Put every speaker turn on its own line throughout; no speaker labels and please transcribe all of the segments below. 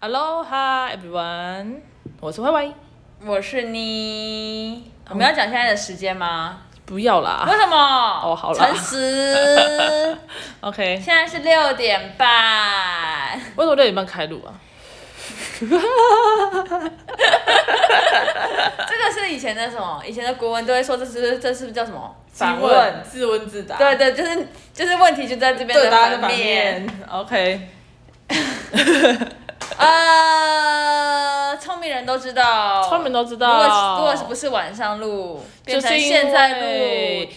Aloha everyone，我是歪歪。
我是你，
哦
我们要讲现在的时间吗？
不要啦
为什么？
哦好啦
诚实。
，OK。
现在是六点半，
为什么六点半开录啊？
这个是以前的什么？以前的国文都会说这是这是叫什么？反
自
问。
自问自答。
对，对，就是就是问题就在这边
对
的
答案的
反
反
面。
面。OK。
呃，聪明人都知道。
聪明都知道
如果哦是如果是不是晚上录，
就
变
是
成
因
现在录
为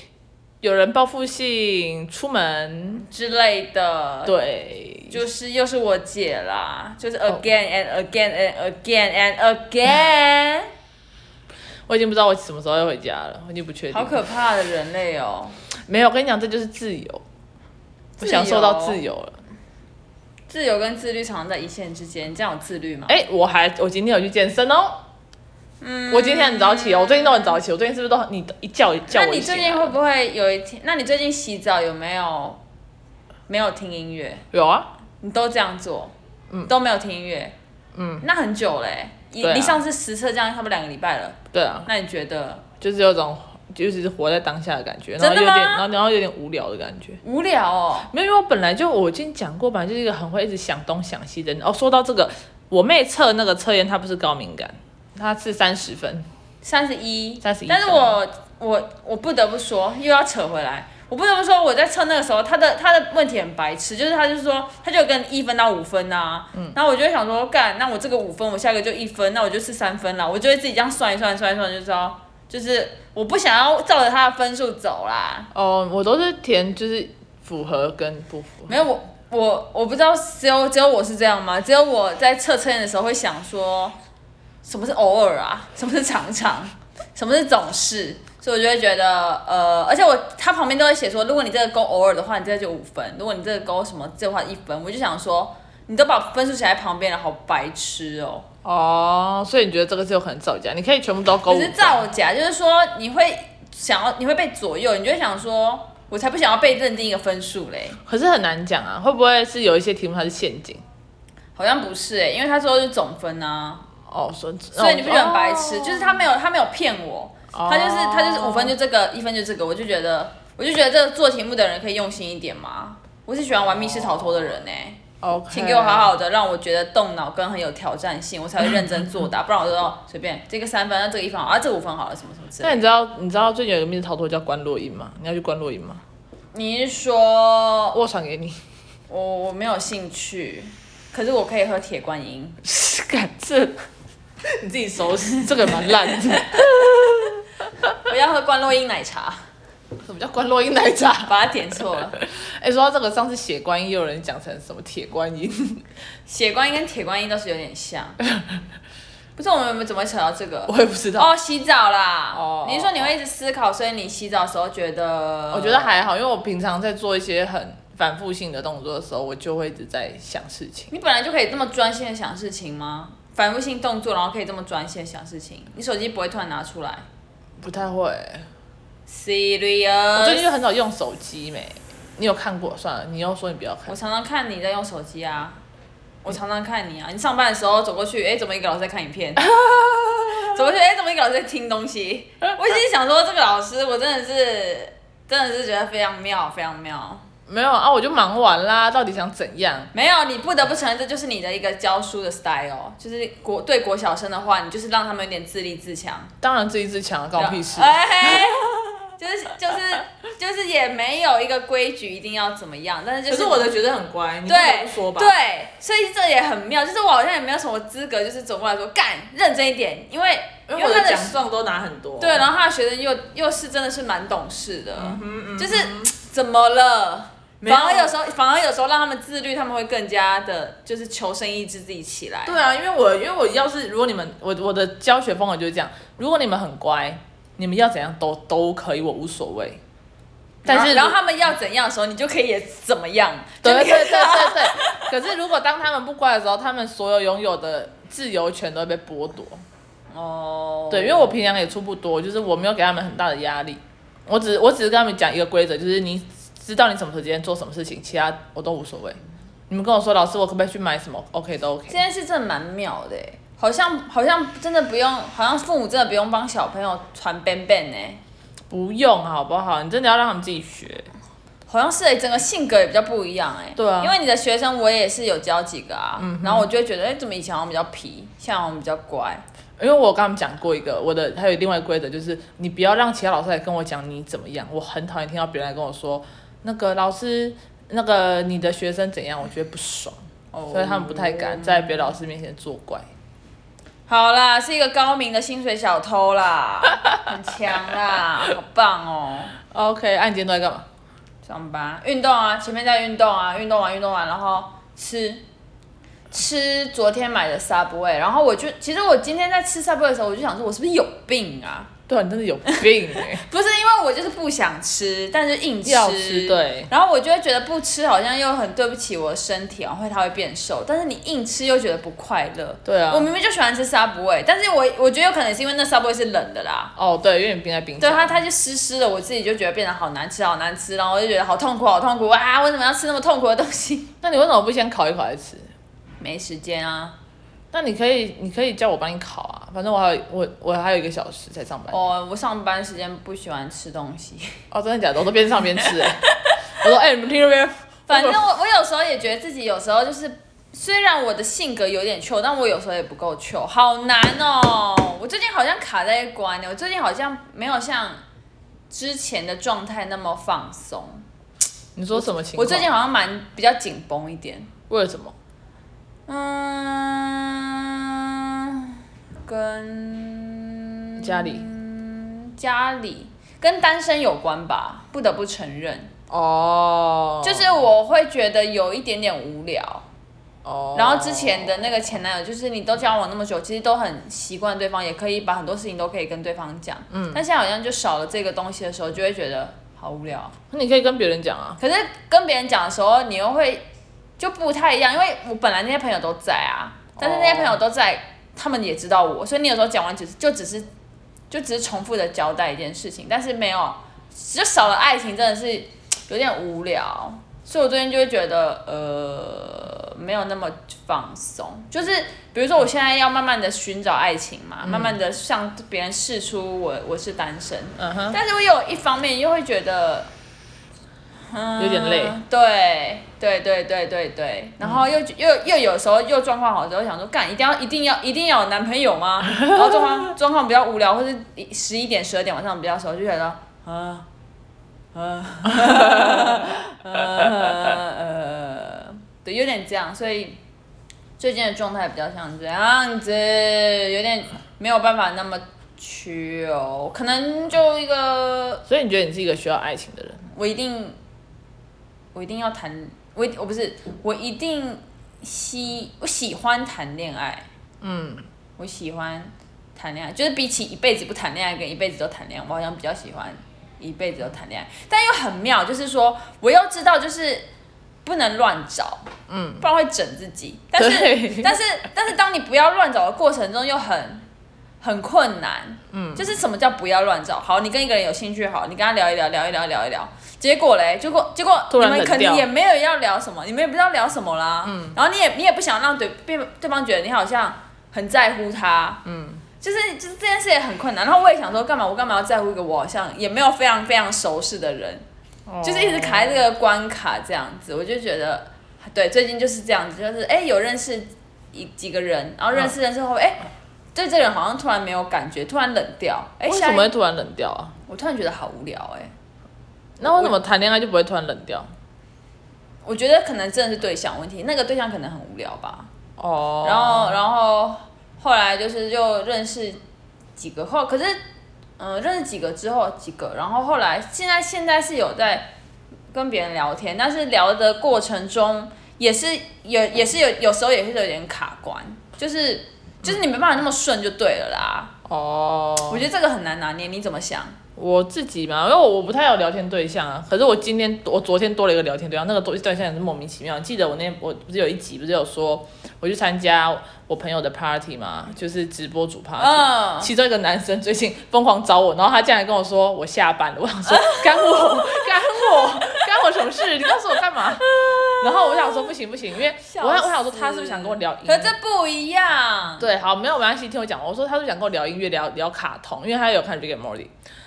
有人报复性出门，
之类的。
对，
就是又是我姐啦，就是
哦
again and again and again and again，
我已经不知道我什么时候要回家了，我已经不确定。
好可怕的人类哦！
没有，我跟你讲，这就是自由，我
自
享受到自
由哦
由了。
自由跟自律常常在一线之间，你这样有自律吗？
哎、我还我今天有去健身哦。嗯，我今天很早起哦，我最近都很早起，我最近是不是都很你一啊叫叫
嗯那
我
你
就醒
最
来
近会不会有一天？那你最近洗澡有没有没有听音乐？
有啊？
你都这样做，嗯，都没有听音乐，嗯，那很久嘞、你
对啊
你上次实测这样差不多两个礼拜了，
对啊，
那你觉得
就是有种就是活在当下的感觉，然
真
后
的
有点
吗
然后然后有点无聊的感觉。
无聊哦？
没有，因为我本来就我已经讲过，本来就是一个很会一直想东想西的人。哦，说到这个，我妹测那个测验，她不是高敏感，她是三十分，
三十一，
31
但是我我我不得不说，又要扯回来，我不得不说，我在测那个时候，他的他的问题很白痴，就是他就说，他就有跟一分到五分啊，然后我就会想说，干，那我这个五分，我下一个就一分，那我就是三分啦，我就会自己这样算一算，算一算就知道，就是我不想要照着他的分数走啦，
哦，我都是填就是符合跟不符合。
没有我。我我不知道，只有只有我是这样吗？只有我在测测验的时候会想说，什么是偶尔啊，什么是常常，什么是总是，所以我就会觉得，呃，而且我它旁边都会写说，如果你这个勾偶尔的话，你这个就五分；如果你这个勾什么这个话一分，我就想说，你都把分数写在旁边了，好白痴哦、
哦，所以你觉得这个是有可能造假？你可以全部都勾五
可是
分。
造假就是说你会想要，你会被左右，你就会想说，我才不想要被认定一个分数嘞。
可是很难讲啊，会不会是有一些题目它是陷阱？
好像不是哎、因为他说是总分啊。
哦，所以
所以你不觉得很白痴？
哦
就是他没有他没有骗我，他就是他就是五分就这个，一分就这个，我就觉得我就觉得这个做题目的人可以用心一点嘛。我是喜欢玩密室逃脱的人呢、欸
哦？OK，
请给我好好的让我觉得动脑跟很有挑战性，我才会认真作答，不然我就哦随便这个三分，那这个一分好，啊这五分好了，什么什么之类的。
那你知道你知道最近有一个密室逃脱叫关洛音吗？你要去关洛音吗？
你是说
我传给你，
我我没有兴趣，可是我可以喝铁观音。
感这你自己收拾，这个蛮 烂的。
我要喝关洛音奶茶，
什么叫关洛音奶 茶？
把它点错了。
哎、说到这个，上次血观音又有人讲成什么铁观音，
血观音跟铁观音倒是有点像，不是我们怎么会扯到这个？
我也不知道。
哦，洗澡啦！
哦
你是说你会一直思考，所以你洗澡的时候觉得？
我觉得还好，因为我平常在做一些很反复性的动作的时候，我就会一直在想事情。
你本来就可以这么专心的想事情吗？反复性动作，然后可以这么专心的想事情，你手机不会突然拿出来
不太会，我最近
？Serious，
就很少用手机没。你有看过？算了，你又说你不要看
我。常常看你在用手机啊，我常常看你啊。你上班的时候走过去，哎、怎么一个老师在看影 片？走过去，哎、怎么一个老师在听东西？我已经想说，这个老师我真的是，真的是觉得非常妙，非常妙。
没有啊，我就忙完啦，到底想怎样？
没有，你不得不承认，这就是你的一个教书的 style，哦就是国对国小生的话，你就是让他们有点自立自强。
当然自己自强，关我屁事。
哎，就是就是就是也没有一个规矩一定要怎么样，但是就是
的觉得很乖，你
对
不说吧
对，所以这也很妙，就是我好像也没有什么资格，就是走过来说干认真一点，因为因他的
状都拿很多。
对，然后他的学生又又是真的是蛮懂事的，嗯就是怎么了？
有
反而有时候，反而有时候让他们自律，他们会更加的，就是求生意志自己起来。
对啊，因为我因为我要是如果你们我我的教学风格就是这样，如果你们很乖，你们要怎样都都可以，我无所谓。但是
然后然后
如
他们要怎样的时候，你就可以也怎么样。
对
就
对
你可以
对对对对， 可是如果当他们不乖的时候，他们所有拥有的自由权都会被剥夺。
哦，
对，因为我平常也出不多，就是我没有给他们很大的压力，我只我只是跟他们讲一个规则，就是你知道你什么时间做什么事情，其他我都无所谓。你们跟我说老师我可不可以去买什么，OK 都 OK。
这件事真的蛮妙的欸，好像好像真的不用，好像父母真的不用帮小朋友传欸 ban ban 呢，
不用好不好？你真的要让他们自己学。
好像是欸整个性格也比较不一样哎。
对啊嗯
因为你的学生我也是有教几个啊，然后我就会觉得，哎、怎么以前好像比较皮，现在好像比较乖。
因为我跟他们讲过一个，我的还有另外一个规则就是，你不要让其他老师来跟我讲你怎么样，我很讨厌听到别人来跟我说那个老师那个你的学生怎样，我觉得不爽，
哦
所以他们不太敢在别的老师面前作怪。
好啦，是一个高明的薪水小 偷啦，很强啦，好棒哦！
OK，按、你啊今天都在干嘛？
上班运动啊，前面在运动啊，运动完运动完，然后吃吃昨天买的 Subway，然后我就其实我今天在吃 Subway 的时候，我就想说，我是不是有病啊？
对啊，你真的有病哎、
不是因为我就是不想吃，但是硬吃。
要吃对
然后我就会觉得不吃好像又很对不起我的身体，然后会它会变瘦。但是你硬吃又觉得不快乐。
对啊
我明明就喜欢吃 Subway，但是我我觉得有可能是因为那 Subway 是冷的啦。
哦，对，因为你冰在冰
对
箱。
它，它就湿湿的，我自己就觉得变得好难吃，好难吃，然后我就觉得好痛苦，好痛苦啊！为什么要吃那么痛苦的东西？
那你为什么不先烤一烤再吃？
没时间啊！
那你可以，你可以叫我帮你烤啊，反正我还有我我还有一个小时才上班。哦，
哦，我上班时间不喜欢吃东西。
真的假的？我都边上边吃、欸。 我说，哎、你们听到没有？
反正我我有时候也觉得自己有时候就是，虽然我的性格有点糗，但我有时候也不够糗，好难哦。我最近好像卡在一关呢，我最近好像没有像之前的状态那么放松，
你说什么情况？
我最近好像蛮比较紧绷一点。
为了什么？
嗯，跟
家里
家里跟单身有关吧，不得不承认，
哦，
就是我会觉得有一点点无聊。
哦，
然后之前的那个前男友，就是你都交往那么久，其实都很习惯对方，也可以把很多事情都可以跟对方讲。嗯。但现在好像就少了这个东西的时候，就会觉得好无聊。
那你可以跟别人讲啊，
可是跟别人讲的时候，你又会就不太一样，因为我本来那些朋友都在啊，但是那些朋友都在，他们也知道我，所以你有时候讲完只是就只是就只是重复的交代一件事情，但是没有就少了爱情，真的是有点无聊。所以我最近就会觉得，呃，没有那么放松。就是比如说，我现在要慢慢的寻找爱情嘛，慢慢的向别人示出我我是单身。
嗯哼，
但是我有一方面又会觉得，嗯
有点累。
对对对对对对，然后
嗯
又、又又有时候又状况好的时候想说，干一定要一定要一定要有男朋友 吗？然后状况状况比较无聊，或是十一点十二点晚上比较熟，就觉得啊啊。 呃呃，对，有点这样，所以最近的状态比较像这样子，有点没有办法那么 chill，可能就一个
所以你觉得你是一个需要爱情的人？
我一定，我一定要谈，我一我哦不是我一定喜我喜欢谈恋爱，
嗯，
我喜欢谈恋爱，就是比起一辈子不谈恋爱跟一辈子都谈恋爱，我好像比较喜欢一辈子都谈恋爱，但又很妙，就是说我又知道就是不能乱找，嗯，不然会整自己，但是
对
但是但是当你不要乱找的过程中又很。很困难，嗯，就是什么叫不要乱找？好，你跟一个人有兴趣，好，你跟他聊一聊，聊一聊，聊一聊，结果嘞，结果结果
突
你
然
们
冷
肯定
掉
也没有要聊什么，你们也不知道聊什么啦，嗯，然后你也你也不想让对对对方觉得你好像很在乎他，嗯，就是就是这件事也很困难。然后我也想说，干嘛我干嘛要在乎一个我好像也没有非常非常熟识的人，就是一直卡在这个关卡这样子，我就觉得，对，最近就是这样子，就是哎、有认识一几个人，然后认识认识后，
哦
哎、对这个人好像突然没有感觉，突然冷掉，哎、
为
下
什
一
么会突然冷掉啊？
我突然觉得好无聊哎、
那为什么谈恋爱就不会突然冷掉？
我觉得可能真的是对象问题，那个对象可能很无聊吧。
哦，
然后然后后来就是就认识几个后，可是嗯、呃认识几个之后几个，然后后来现在现在是有在跟别人聊天，但是聊的过程中也是有也是有有时候也是有点卡关，
嗯
就是就是你没办法那么顺就对了啦。
哦，
我觉得这个很难拿捏，你怎么想？
我自己嘛，因为我我不太有聊天对象啊，可是我今天我昨天多了一个聊天对象，那个对对象也是莫名其妙。记得我那天我不是有一集不是有说我去参加我朋友的 party 嘛，就是直播主 party，、
嗯，
其中一个男生最近疯狂找我，然后他竟然跟我说我下班了，我想说干我干我干我什么事？你告诉我干嘛？然后我想说不行不行，因为
笑
我还我想说
死
他是不是想跟我聊音
嗯
乐
可是？这不一样。
对，好，没有没关系，听我讲。我说他是想跟我聊音乐，聊聊卡通，因为他有看《Rick and Morty》，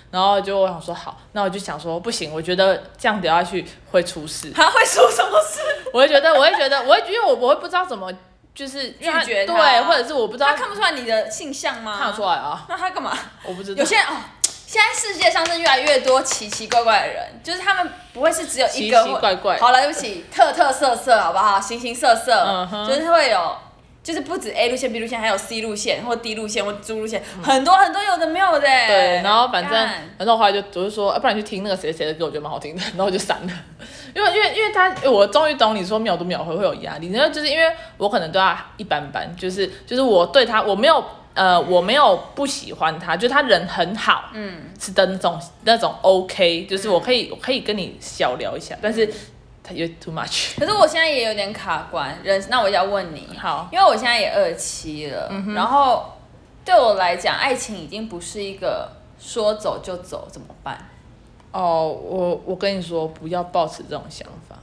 然后就我想说好，那我就想说不行，我觉得这样聊下去会出事。
他会出什么事？
我会觉得，我会觉得，我会因为我我会不知道怎么就是因为
拒绝他
对，啊或者是我不知道
他看不出来你的性向吗？
看得出来啊，
那他干嘛？
我不知道
有。些人哦，现在世界上是越来越多奇奇怪怪的人，就是他们不会是只有一个
奇奇怪怪
或好了，对不起，特特色色，好不好？形形色色
嗯哼
就是会有。就是不止 A 路线、B 路线，还有 C 路线或 D 路线或猪路线，很多很多有的没有的
嗯
欸。
对，然后反正
干
反正我后来就我就说，啊、不然你去听那个谁谁的歌，我觉得蛮好听的，然 后我就删了，因为因为因为他我终于懂你说秒读秒回会有压力，然后就是因为我可能对他一般般，就是就是我对他我没有呃我没有不喜欢他，就是他人很好，嗯，是的那种那种 OK，就是我可以我可以跟你小聊一下，但是他有 too much，
可是我现在也有点卡关，人，那我要问你，
好嗯
因为我现在也二七了，然后对我来讲，爱情已经不是一个说走就走，怎么办？
哦，我我跟你说，不要抱持这种想法，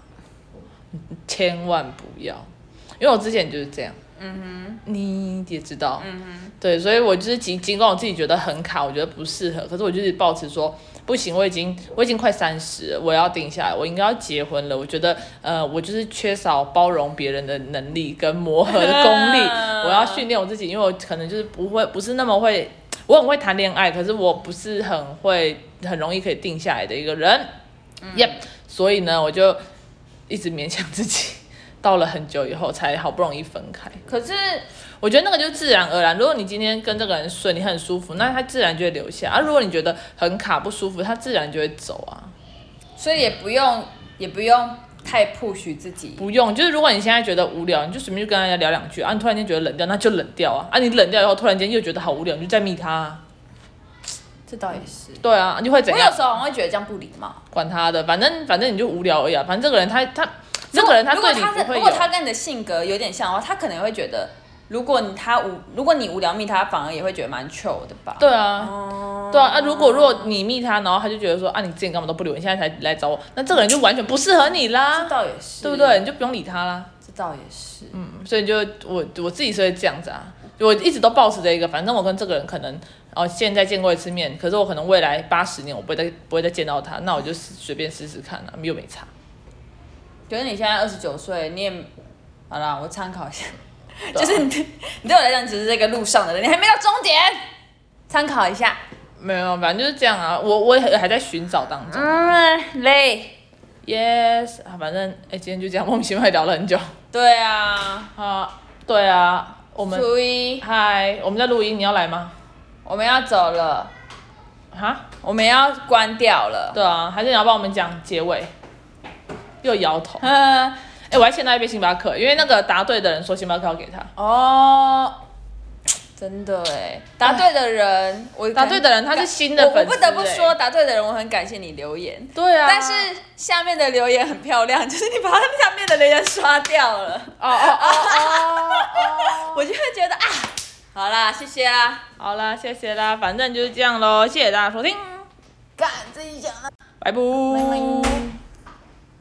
千万不要，因为我之前就是这样。嗯哼，你也知道。嗯哼，对，所以我就是尽尽管我自己觉得很卡，我觉得不适合，可是我就是抱持说。不行，我已经我已经快三十了，我要定下来，我应该要结婚了。我觉得，呃，我就是缺少包容别人的能力跟磨合的功力，我要训练我自己，因为我可能就是不会，不是那么会，我很会谈恋爱，可是我不是很会，很容易可以定下来的一个人。Yep，所以呢，我就一直勉强自己，到了很久以后才好不容易分开。
可是
我觉得那个就自然而然。如果你今天跟这个人睡，你很舒服，那他自然就会留下；啊，如果你觉得很卡不舒服，他自然就会走啊。
所以也不用，也不用太 push 自己。
不用，就是如果你现在觉得无聊，你就随便去跟人家聊两句啊。你突然间觉得冷掉，那就冷掉啊。啊，你冷掉以后，突然间又觉得好无聊，你就再密他、啊。
这倒也是。
对啊，你会怎
我
样
有？时候好像会觉得这样不礼貌。
管他的，反正反正你就无聊而已啊。反正这个人他他这个人他
如果
对你
他
不
的
会
如果
有。
他跟你的性格有点像的话，他可能会觉得，如果你他无，如果你无聊密他，反而也会觉得蛮 chill 的吧。
对啊，
哦
对啊，啊，如果如果你密他，然后他就觉得说啊，你之前干嘛都不理我，你现在才来找我，那这个人就完全不适合你
这
啦，
倒也是，
对不对？？你就不用理他啦。
这倒也是。
嗯，所以就我我自己是会这样子啊，我一直都保持着一个，反正我跟这个人可能哦现在见过一次面，可是我可能未来八十年我不会再不会再见到他，那我就试随便试试看啊，又没差。
可是你现在二十九岁，你也好啦，我参考一下，
对啊
就是你对你对我来讲只是这个路上的人，你还没到终点，参考一下。
没有，反正就是这样啊，我我也还在寻找当中。
嗯，累。
Yes，啊，反正哎、今天就这样，莫名其妙聊了很久
对啊，
啊。对啊，我们
初一
嗨，我们在录音，你要来吗？
我们要走了，
啊，
我们要关掉了。
对啊，还是你要帮我们讲结尾？又摇头。
嗯，
哎、我还欠他一杯星巴克，因为那个答对的人说星巴克要给他。
哦，真的哎，答对的人，我
哎答对的人他是新的
我我
粉丝
不得不
哎
说，答对的人，我很感谢你留言。
对啊
但是下面的留言很漂亮， 就是你把下面的留言刷掉了。
哦哦哦哦，
我就会觉得啊，好啦，谢谢啦，
好啦，谢谢啦，反正就是这样喽，谢谢大家收听，
干自己讲啦。
拜拜。
拜拜